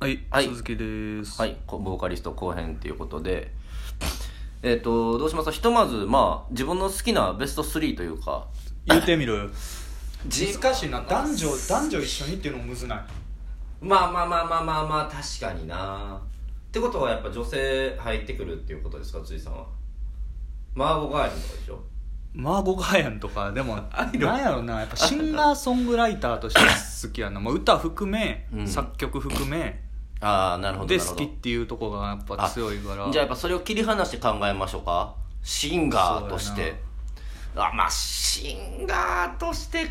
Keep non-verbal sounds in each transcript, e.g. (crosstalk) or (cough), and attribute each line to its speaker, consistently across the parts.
Speaker 1: はい、
Speaker 2: はい
Speaker 1: 鈴木です。
Speaker 2: はい、こボーカリスト後編ということで、えっ、と、どうしますかひとまず、まあ、自分の好きなベスト3というか、
Speaker 1: 言ってみろよ。
Speaker 3: 難しいな男女男女一緒にっていうのもむずない
Speaker 2: まあまあまあまあまあまあ、確かになってことはやっぱ女性入ってくるっていうことですか、辻さんは。マーゴガーリンとかでしょ
Speaker 3: マーゴガーヤンとかでも
Speaker 2: アイド
Speaker 3: (laughs)
Speaker 2: ル
Speaker 3: なんやろなやっぱシンガーソングライターとして好きやな、まあ、歌含め、
Speaker 2: うん
Speaker 3: 作曲含め
Speaker 2: ああ、なるほど。
Speaker 3: で
Speaker 2: なる
Speaker 3: 好
Speaker 2: ほ
Speaker 3: き
Speaker 2: ど
Speaker 3: っていうところがやっぱ強いから
Speaker 2: じゃあやっぱそれを切り離して考えましょうかシンガーとし
Speaker 3: そうや
Speaker 2: てあまあシンガーとして考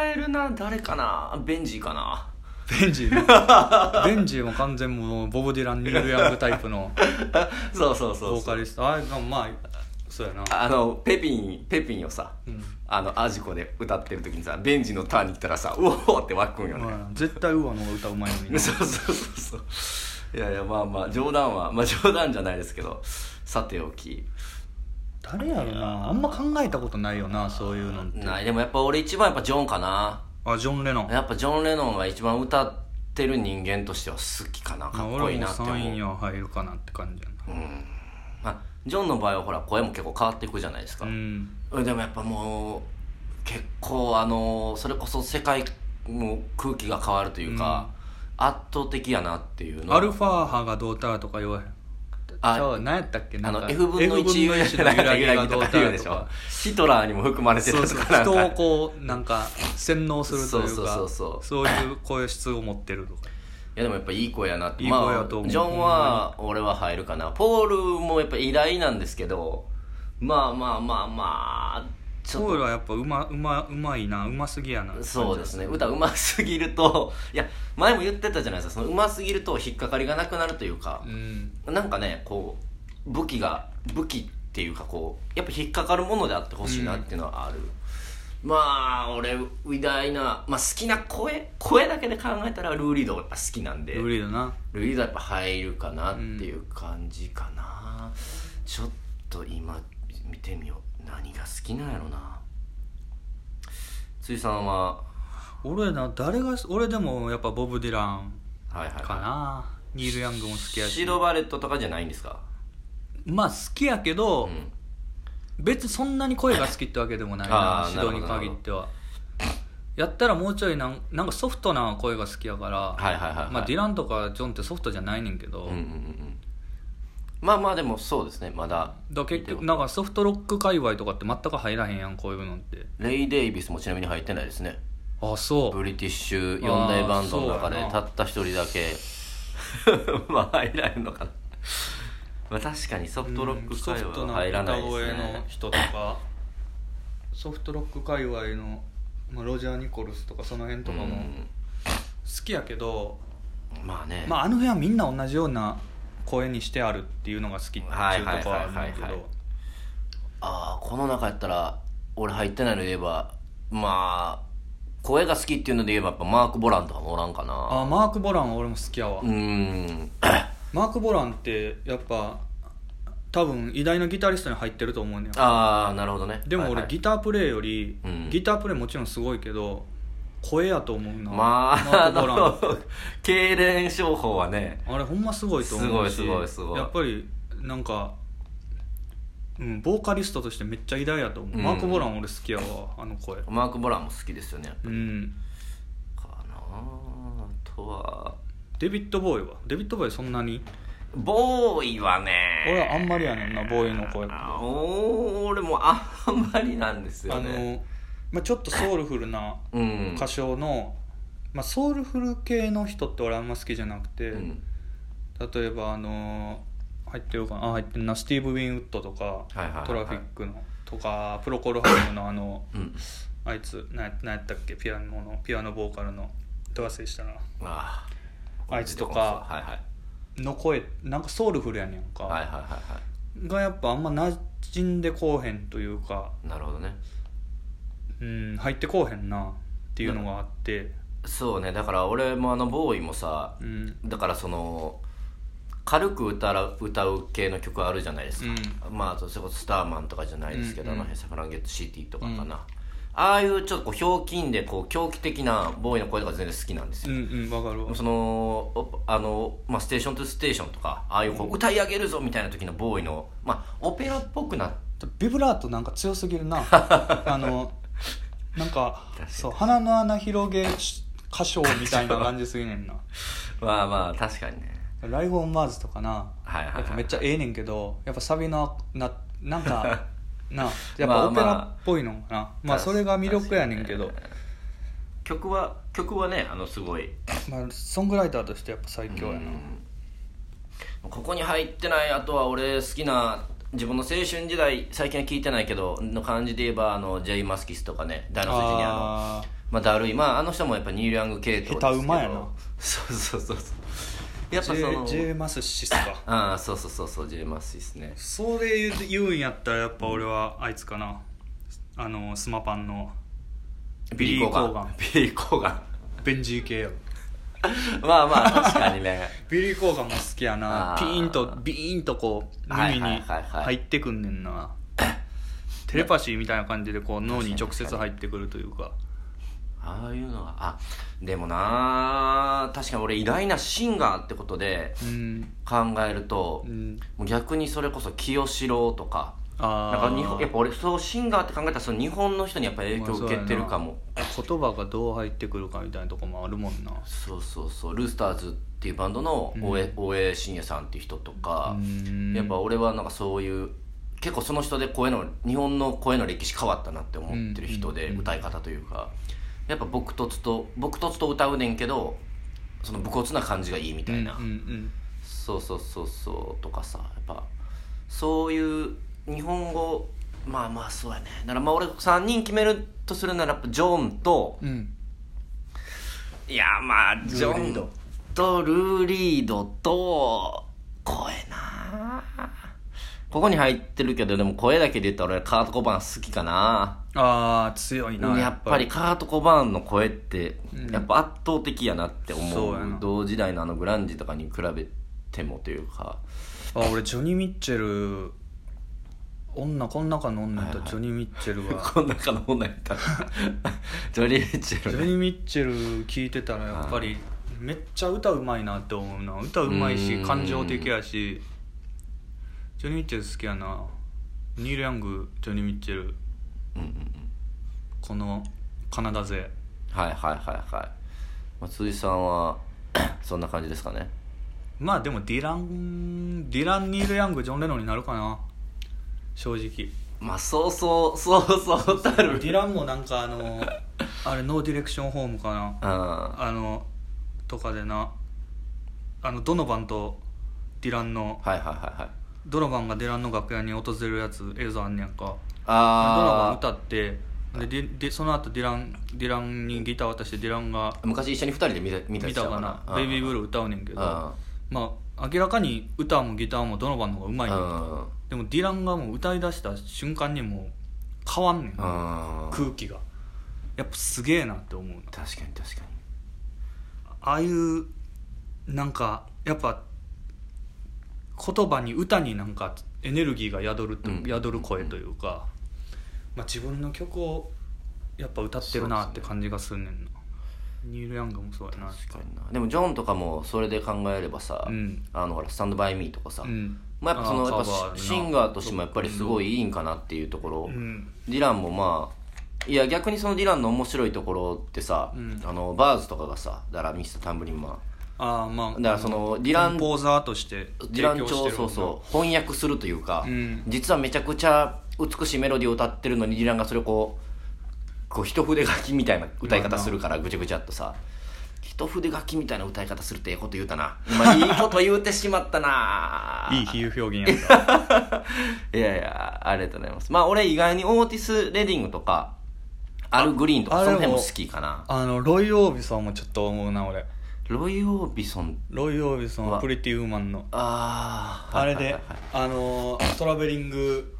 Speaker 2: えるな誰かなベンジーかな (laughs)
Speaker 3: ベンジーもベンジーも完全もうボブ・ディランニール・ヤングタイプの
Speaker 2: そうそうそう
Speaker 3: ボー
Speaker 2: そ
Speaker 3: カ
Speaker 2: う
Speaker 3: リストあれがまあそうやな
Speaker 2: あのペピンペピンをさ、
Speaker 3: うん
Speaker 2: あのアジコで歌ってる時にさベンジーのターンに来たらさうおーって湧くんよね、
Speaker 3: まあ、絶対ウアの方が歌うまいのにな
Speaker 2: (laughs) そうそうそうそういやいやまあまあ冗談はまあ冗談じゃないですけどさておき
Speaker 3: 誰やろなあんま考えたことないよなそういうのって
Speaker 2: ないでもやっぱ俺一番やっぱジョンかな
Speaker 3: あジョン・レノン
Speaker 2: やっぱジョン・レノンが一番歌ってる人間としては好きかなかっこいいなって
Speaker 3: まあ
Speaker 2: 思
Speaker 3: 俺も3位に
Speaker 2: う、
Speaker 3: は入るかなって感じやな
Speaker 2: うんまあ、ジョンの場合はほら声も結構変わっていくじゃないですか
Speaker 3: う、ん
Speaker 2: でもやっぱもう結構あのそれこそ世界の空気が変わるというか、圧倒的やなっていうのは
Speaker 3: アルファ波がどうたらとか言わへん
Speaker 2: あ
Speaker 3: ちゃう何やったっけ
Speaker 2: あ
Speaker 3: なん
Speaker 2: の
Speaker 3: か
Speaker 2: F 分の1
Speaker 3: F
Speaker 2: 由
Speaker 3: 分の
Speaker 2: 来と
Speaker 3: 1の
Speaker 2: かなんか
Speaker 3: 由
Speaker 2: 言
Speaker 3: 来
Speaker 2: う
Speaker 3: がどうたら
Speaker 2: でし
Speaker 3: と
Speaker 2: ょ
Speaker 3: か
Speaker 2: ヒトラーにも含まれてた
Speaker 3: そう
Speaker 2: と
Speaker 3: そう
Speaker 2: かなん
Speaker 3: 人を
Speaker 2: か
Speaker 3: こうなんか洗脳するというか
Speaker 2: そうそうそう
Speaker 3: そういう声質を持ってるとか
Speaker 2: いやでもやっぱいい声やなって
Speaker 3: いい声やと思う
Speaker 2: まあ、ジョンは俺は入るかなポールもやっぱ偉大なんですけどまあまあまあまあちょ
Speaker 3: ソ
Speaker 2: っ
Speaker 3: ウルはやっぱうまうまうまいなうますぎやな
Speaker 2: とそうですね歌うますぎるといや前も言ってたじゃないですかそのうますぎると引っかかりがなくなるというか
Speaker 3: う、ん
Speaker 2: なんかねこう武器が武器っていうかこうやっぱ引っかかるものであってほしいなっていうのはある、まあ俺偉大な、まあ、好きな声声だけで考えたらルーリードがやっぱ好きなんで
Speaker 3: 無理だな
Speaker 2: ルイーズはやっぱ入るかなっていう感じかな、ちょっと今見てみよう何が好きなんやろな辻さんは
Speaker 3: 俺な誰が俺でもやっぱボブ・ディラン
Speaker 2: はいはい
Speaker 3: かなニール・ヤングも好きや
Speaker 2: シ
Speaker 3: し
Speaker 2: ロバレットとかじゃないんですか
Speaker 3: まあ好きやけど、
Speaker 2: うん
Speaker 3: 別にそんなに声が好きってわけでもないな
Speaker 2: あー
Speaker 3: 指導に限ってはやったらもうちょいなんなんかソフトな声が好きやから、
Speaker 2: はいはいはいはい
Speaker 3: まあ、ディランとかジョンってソフトじゃないねんけ
Speaker 2: う
Speaker 3: ど、
Speaker 2: んうんうんうんまあまあでもそうですねまだ
Speaker 3: だから結局なんかソフトロック界隈とかって全く入らへんやんこういうのって
Speaker 2: レイ・デイビスもちなみに入ってないですね
Speaker 3: あそう
Speaker 2: ブリティッシュ四大バンドの中
Speaker 3: あーそう
Speaker 2: で
Speaker 3: やな
Speaker 2: たった一人だけ
Speaker 3: (laughs)
Speaker 2: まあ入らへんのかなまあ確かにソフトロック界は入らないですね
Speaker 3: 人とかソフトロック界隈の、まあ、ロジャー・ニコルスとかその辺とかも
Speaker 2: う
Speaker 3: 好
Speaker 2: ん
Speaker 3: きやけど、
Speaker 2: まあね、
Speaker 3: まあ、あの辺はみんな同じような声にしてあるっていうのが好きっていうとこ
Speaker 2: はいはいはいはいは
Speaker 3: は
Speaker 2: い
Speaker 3: あるんだけど
Speaker 2: ああこの中やったら俺入ってないので言えばまあ声が好きっていうので言えばやっぱマーク・ボランとかもおらんかな
Speaker 3: あマーク・ボランは俺も好きやわ、
Speaker 2: うーん
Speaker 3: マーク・ボランってやっぱ多分偉大なギタリストに入ってると思うねん
Speaker 2: ああなるほどね
Speaker 3: でも
Speaker 2: はい
Speaker 3: 俺
Speaker 2: はい
Speaker 3: ギタープレイより、
Speaker 2: うん
Speaker 3: ギタープレイもちろんすごいけど声やと思うな
Speaker 2: まああ
Speaker 3: マーク・ボラン
Speaker 2: の (laughs) 痙攣商法はね
Speaker 3: あれほんますごいと思うし
Speaker 2: すごいすごいすごい
Speaker 3: やっぱりなんかうんボーカリストとしてめっちゃ偉大やと思う、
Speaker 2: うん
Speaker 3: マーク・ボラン俺好きやわあの声
Speaker 2: マーク・ボランも好きですよね
Speaker 3: うん
Speaker 2: かなあとは
Speaker 3: デビッド・ボーイはデビッド・ボーイそんなに
Speaker 2: ボーイはね
Speaker 3: 俺はあんまりやねんなボーイの声
Speaker 2: あおー俺もあんまりなんですよ
Speaker 3: あ
Speaker 2: ね
Speaker 3: の、まあ、ちょっとソウルフルな
Speaker 2: うん
Speaker 3: 歌唱の、まあ、ソウルフル系の人って俺あんま好きじゃなくて、
Speaker 2: うん
Speaker 3: 例えばあのー入ってるかなあ入ってんなスティーブ・ウィンウッドとか、
Speaker 2: はいはいはいはい
Speaker 3: トラフィックのとかプロコルハムのあの
Speaker 2: うん
Speaker 3: あいつななんやったっけピアノのピアノボーカルのど忘れしたな
Speaker 2: ああ
Speaker 3: あいつとか
Speaker 2: はいはい
Speaker 3: の声なんかソウルフルやねんか、
Speaker 2: はいはいはいはい
Speaker 3: がやっぱあんま馴染んでこうへんというか
Speaker 2: なるほどね
Speaker 3: うん入ってこうへんなっていうのがあって、
Speaker 2: そうねだから俺もあのボーイもさ
Speaker 3: うん、うん
Speaker 2: だからその軽く歌ら歌う系の曲あるじゃないですか、まあそれこそスターマンとかじゃないですけ
Speaker 3: う
Speaker 2: ど、
Speaker 3: んうん
Speaker 2: あの辺サフランゲットシティとかかな、ああいうちょっとこうひょうきんでこう狂気的なボーイの声とか全然好きなんです
Speaker 3: う
Speaker 2: よ、
Speaker 3: んうんわかるわ
Speaker 2: そのおあの、まあ、ステーションとステーションとかああいうこう歌い上げるぞみたいな時のボーイの、まあ、オペラっぽくな
Speaker 3: ビブラートなんか強すぎるなあのなんかそう鼻の穴広げし歌唱みたいな感じすぎねんな
Speaker 2: まあまあ確かにね
Speaker 3: ライフ・オン・マーズとかな、
Speaker 2: はいはいはい
Speaker 3: やっぱめっちゃええねんけどやっぱサビのななんかなやっ
Speaker 2: ま
Speaker 3: ぱ
Speaker 2: あ
Speaker 3: オペラっぽいのかな、まあそれが魅力やねんけど
Speaker 2: 確、かに曲は曲はねあのすごい
Speaker 3: まあ、ソングライターとしてやっぱ最強やな、
Speaker 2: うんここに入ってないあとは俺好きな自分の青春時代最近は聞いてないけどの感じで言えばあのジェイ・マスキスとかねダイナソージュニアの
Speaker 3: あー
Speaker 2: まあだるいまああの人もやっぱニール・ヤング系統
Speaker 3: 下手馬やな
Speaker 2: そうそうそうそうやっぱそ
Speaker 3: J,
Speaker 2: の
Speaker 3: J マスシスか
Speaker 2: ああそうそうそうそうジェイ・マスキスね
Speaker 3: それ言うんやったらやっぱ俺はあいつかなあのスマパンのビリーコーガン
Speaker 2: ビリー・コーガン (laughs)
Speaker 3: ベンジー系やろ
Speaker 2: まあまあ確か
Speaker 3: (laughs)
Speaker 2: にね
Speaker 3: ビリー・コーガンも好きやな
Speaker 2: あー
Speaker 3: ピーンとビーンとこう
Speaker 2: はい
Speaker 3: 耳
Speaker 2: はい
Speaker 3: に
Speaker 2: はいはい
Speaker 3: 入ってくんねんなテレパシーみたいな感じでこう脳に直接入ってくるというか
Speaker 2: ああいうのはあでもな確かに俺偉大なシンガーってことで
Speaker 3: うん
Speaker 2: 考えると、
Speaker 3: うん
Speaker 2: もう逆にそれこそ清志郎とかなん
Speaker 3: あ
Speaker 2: か日本やっ
Speaker 3: あ
Speaker 2: ぱ俺そうシンガーって考えたらその日本の人にやっぱ影響を受けてるかも、
Speaker 3: 言葉がどう入ってくるかみたいなとこもあるもんな
Speaker 2: そうそうそうルースターズっていうバンドの大江,、大江信也さんっていう人とか、
Speaker 3: うん
Speaker 2: やっぱ俺はなんかそういう結構その人で声の日本の声の歴史変わったなって思ってる人で、
Speaker 3: うん
Speaker 2: 歌い方というかやっぱ僕とつと僕とつと歌うねんけどその武骨な感じがいいみたいな、
Speaker 3: うんうん
Speaker 2: そうそうそうそうとかさやっぱそういう日本語まあまあそうやねだからまあ俺3人決めるとするならやっぱジョンと
Speaker 3: うんうん
Speaker 2: いやまあジ
Speaker 3: ルーリ
Speaker 2: ョ
Speaker 3: ード
Speaker 2: ンとルーリードと声なここに入ってるけどでも声だけで言ったら俺カート・コバーン好きかな
Speaker 3: ああ強いな
Speaker 2: やっぱりカート・コバーンの声って
Speaker 3: うん
Speaker 2: やっぱ圧倒的やなって思
Speaker 3: そう
Speaker 2: う,、
Speaker 3: やな
Speaker 2: 同時代のあのグランジとかに比べてもというか (laughs)
Speaker 3: あ俺ジョニー・ミッチェル女こん中の女やったらジョニー・ミッチェルは
Speaker 2: (laughs) この中の女やったら (laughs) ジョリー・ミッチェ
Speaker 3: ジ
Speaker 2: ル
Speaker 3: ョ
Speaker 2: ね
Speaker 3: ニー・ミッチェル聞いてたらやっぱりめっちゃ歌うまいなって思うな歌うまいうし
Speaker 2: ん
Speaker 3: 感情的やしジョニー・ミッチェル好きやなニール・ヤングジョニー・ミッチェル
Speaker 2: うんうんうん
Speaker 3: このカナダ勢
Speaker 2: はいはいはいはい松井さんは (clears throat) そんな感じですかね
Speaker 3: まあでもディランディラン・ニール・ヤングジョン・レノンになるかな正直
Speaker 2: まあそうそうそうそうた
Speaker 3: デ
Speaker 2: る
Speaker 3: ィランもなんかあのあれノーディレクションホームかな
Speaker 2: あ
Speaker 3: あのとかでなあのドノバンとディランの
Speaker 2: はいはいはいはい
Speaker 3: ドノバンがディランの楽屋に訪れるやつ映像あんねやんかドノバン
Speaker 2: あ
Speaker 3: 歌ってでディディその後ディランディランにギター渡してディランが
Speaker 2: あ昔一緒に二人で見た見た
Speaker 3: 見
Speaker 2: りしたた
Speaker 3: かな「ベイビーブ
Speaker 2: ル
Speaker 3: ルー」歌うねんけど
Speaker 2: あ
Speaker 3: まあ明らかに歌もギターもドノバンの方がうまいねん
Speaker 2: あ
Speaker 3: でもディランがもう歌い出した瞬間にもう変わんねん
Speaker 2: あ
Speaker 3: 空気がやっぱすげえなって思うな
Speaker 2: 確かに確かに
Speaker 3: ああいうなんかやっぱ言葉に歌になんかエネルギーが宿ると、
Speaker 2: うん
Speaker 3: 宿る声というか、まあ、自分の曲をやっぱ歌ってるなって感じがするねんなニール・ヤングもそうやな
Speaker 2: 確かになでもジョンとかもそれで考えればさ、
Speaker 3: うん
Speaker 2: あのほら「スタンド・バイ・ミー」とかさ、
Speaker 3: うん
Speaker 2: まあ、やっぱそのやっぱシシンガーとしてもやっぱりすご
Speaker 3: い、
Speaker 2: いいいんかなっていうとこ
Speaker 3: う
Speaker 2: ろ、
Speaker 3: ん
Speaker 2: ディランもまあいや逆にそのディランの面白いところってさ、
Speaker 3: うん
Speaker 2: あのバーズとかがさだからミスター・タンブリンマ
Speaker 3: ああまあ
Speaker 2: ンだからそのディラン
Speaker 3: コンポーザーとして
Speaker 2: ディラン調
Speaker 3: 提供してる
Speaker 2: そうそう翻訳するというか、
Speaker 3: うん
Speaker 2: 実はめちゃくちゃ美しいメロディーを歌ってるのにディランがそれをこうこう一筆書きみたいな歌い方するからぐちゃぐちゃっとさ一筆書きみたいな歌い方するってええこと言うたな今いいこと言うてしまったな
Speaker 3: いい比喩表現や
Speaker 2: (laughs)
Speaker 3: った、
Speaker 2: いやいや、ありがとうございます。まあ、俺意外にオーティス・レディングとか、アル・グリーンと
Speaker 3: あ
Speaker 2: か、その
Speaker 3: あれ
Speaker 2: 辺
Speaker 3: も
Speaker 2: も好きかな。
Speaker 3: あのロイ・オービソンもちょっと思うな俺
Speaker 2: ロイ・オービソン、
Speaker 3: ロイ・オービソンは
Speaker 2: は
Speaker 3: プリティ・ウーマンの
Speaker 2: あー
Speaker 3: あれ
Speaker 2: はい
Speaker 3: で
Speaker 2: はいはい
Speaker 3: あのートラベリング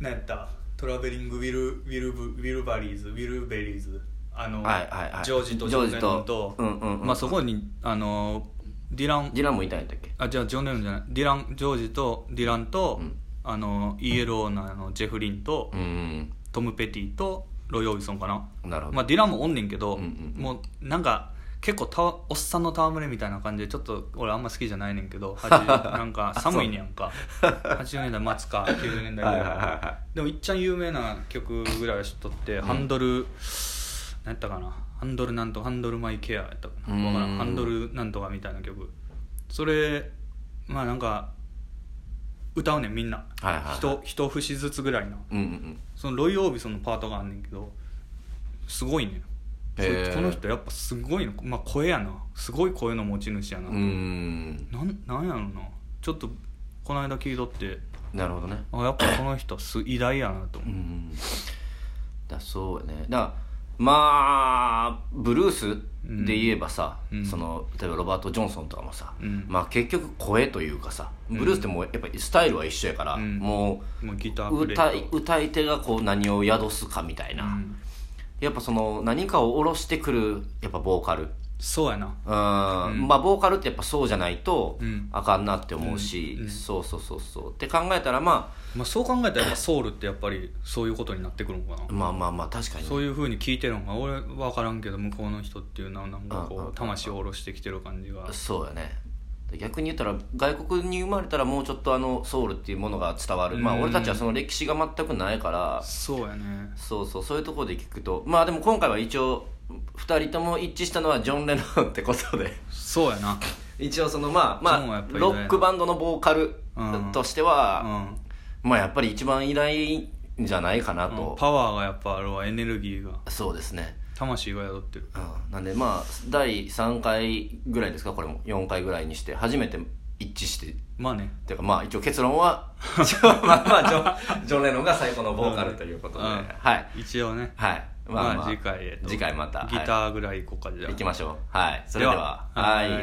Speaker 3: なんやったトラベリングウィルウィルブウィルバリーズウィルベリーズあの、
Speaker 2: はいはいはい
Speaker 3: ジョージと
Speaker 2: ジョージと
Speaker 3: ン・レノンと
Speaker 2: うんうんうん
Speaker 3: まあ、そこにあのーディラン
Speaker 2: ディランもいたんやったっけ
Speaker 3: あじゃあジョン・レノンじゃないディランジョージとディランと、
Speaker 2: うん
Speaker 3: あのイエローなあのジェフリンと、
Speaker 2: うーん。
Speaker 3: トム・ペティとロイ・オービソンかな、
Speaker 2: なるほど、
Speaker 3: まあ、ディランもおんねんけど、
Speaker 2: うんうん
Speaker 3: もうなんか結構たわおっさんの戯れみたいな感じでちょっと俺あんま好きじゃないねんけど
Speaker 2: (laughs)
Speaker 3: 80なんか寒いねやんか80年代末か90年代ぐらい
Speaker 2: はいはいはいは
Speaker 3: でもいっちゃん有名な曲ぐらいは知っとって、ハンドル何やったかなハンドルなんとハンドルマイケアやったかなわから
Speaker 2: うんん
Speaker 3: ハンドルなんとかみたいな曲それまあなんか歌うねんみんな、
Speaker 2: はいはいはい
Speaker 3: 一一節ずつぐらいな
Speaker 2: うんうんうん
Speaker 3: そのロイ・オービソンのパートがあんねんけどすごいねそ
Speaker 2: へー
Speaker 3: この人やっぱすごいの、まあ、声やなすごい声の持ち主やな、
Speaker 2: うーん
Speaker 3: なんなんやろなちょっとこの間聞いとって
Speaker 2: なるほどね
Speaker 3: あやっぱこの人す偉大やなと
Speaker 2: う
Speaker 3: 思
Speaker 2: んだそうやねだからまあブルースで言えばさ、
Speaker 3: うん
Speaker 2: その例えばロバート・ジョンソンとかもさ、
Speaker 3: うん
Speaker 2: まあ結局声というかさブルースってもうやっぱりスタイルは一緒やから、
Speaker 3: うん
Speaker 2: も
Speaker 3: うもうギター
Speaker 2: う
Speaker 3: プレイと
Speaker 2: 歌い歌い手がこう何を宿すかみたいな、
Speaker 3: うん
Speaker 2: やっぱその何かを下ろしてくるやっぱボーカル
Speaker 3: そうやな
Speaker 2: うんまあボーカルってやっぱそうじゃないと
Speaker 3: うん
Speaker 2: あかんなって思うし、
Speaker 3: うんうん
Speaker 2: そうそうそうそうって考えたらま
Speaker 3: まあ、そう考えたらやっぱソウルってやっぱりそういうことになってくるのかな
Speaker 2: あまあまあまあ確かにね
Speaker 3: そういうふうに聞いてるのが俺分からんけど向こうの人っていうのはなんか
Speaker 2: うんうん
Speaker 3: こ
Speaker 2: うん
Speaker 3: う魂を下ろしてきてる感じが
Speaker 2: そうやね逆に言ったら外国に生まれたらもうちょっとあのソウルっていうものが伝わる、まあ
Speaker 3: うん
Speaker 2: 俺たちはその歴史が全くないから
Speaker 3: そうやね
Speaker 2: そうそうそういうところで聞くとまあでも今回は一応2人とも一致したのはジョン・レノンってこと
Speaker 3: (laughs)
Speaker 2: で
Speaker 3: そうやな
Speaker 2: 一応そのま
Speaker 3: ジョ
Speaker 2: あ
Speaker 3: ンは
Speaker 2: ま
Speaker 3: や
Speaker 2: あ
Speaker 3: っぱりね
Speaker 2: ロックバンドのボーカル
Speaker 3: うん
Speaker 2: としては、
Speaker 3: うん
Speaker 2: まあやっぱり一番偉大んじゃないかなと、
Speaker 3: パワーがやっぱあるわエネルギーが
Speaker 2: そうですね
Speaker 3: 魂が宿ってる
Speaker 2: うんなんでまあ第3回ぐらいですかこれも4回ぐらいにして初めて一致して
Speaker 3: まあね
Speaker 2: てかまあ一応結論
Speaker 3: (laughs)
Speaker 2: はまあまあジョンジョン・レノンが最高のボーカルということで、
Speaker 3: うん
Speaker 2: はい
Speaker 3: 一応ね
Speaker 2: はい
Speaker 3: まあ次回へと
Speaker 2: 次回また
Speaker 3: ギ
Speaker 2: は
Speaker 3: ターぐらい行こうかじゃ
Speaker 2: い、行き
Speaker 3: あ
Speaker 2: ましょうはいそれでは
Speaker 3: では
Speaker 2: は
Speaker 3: はいい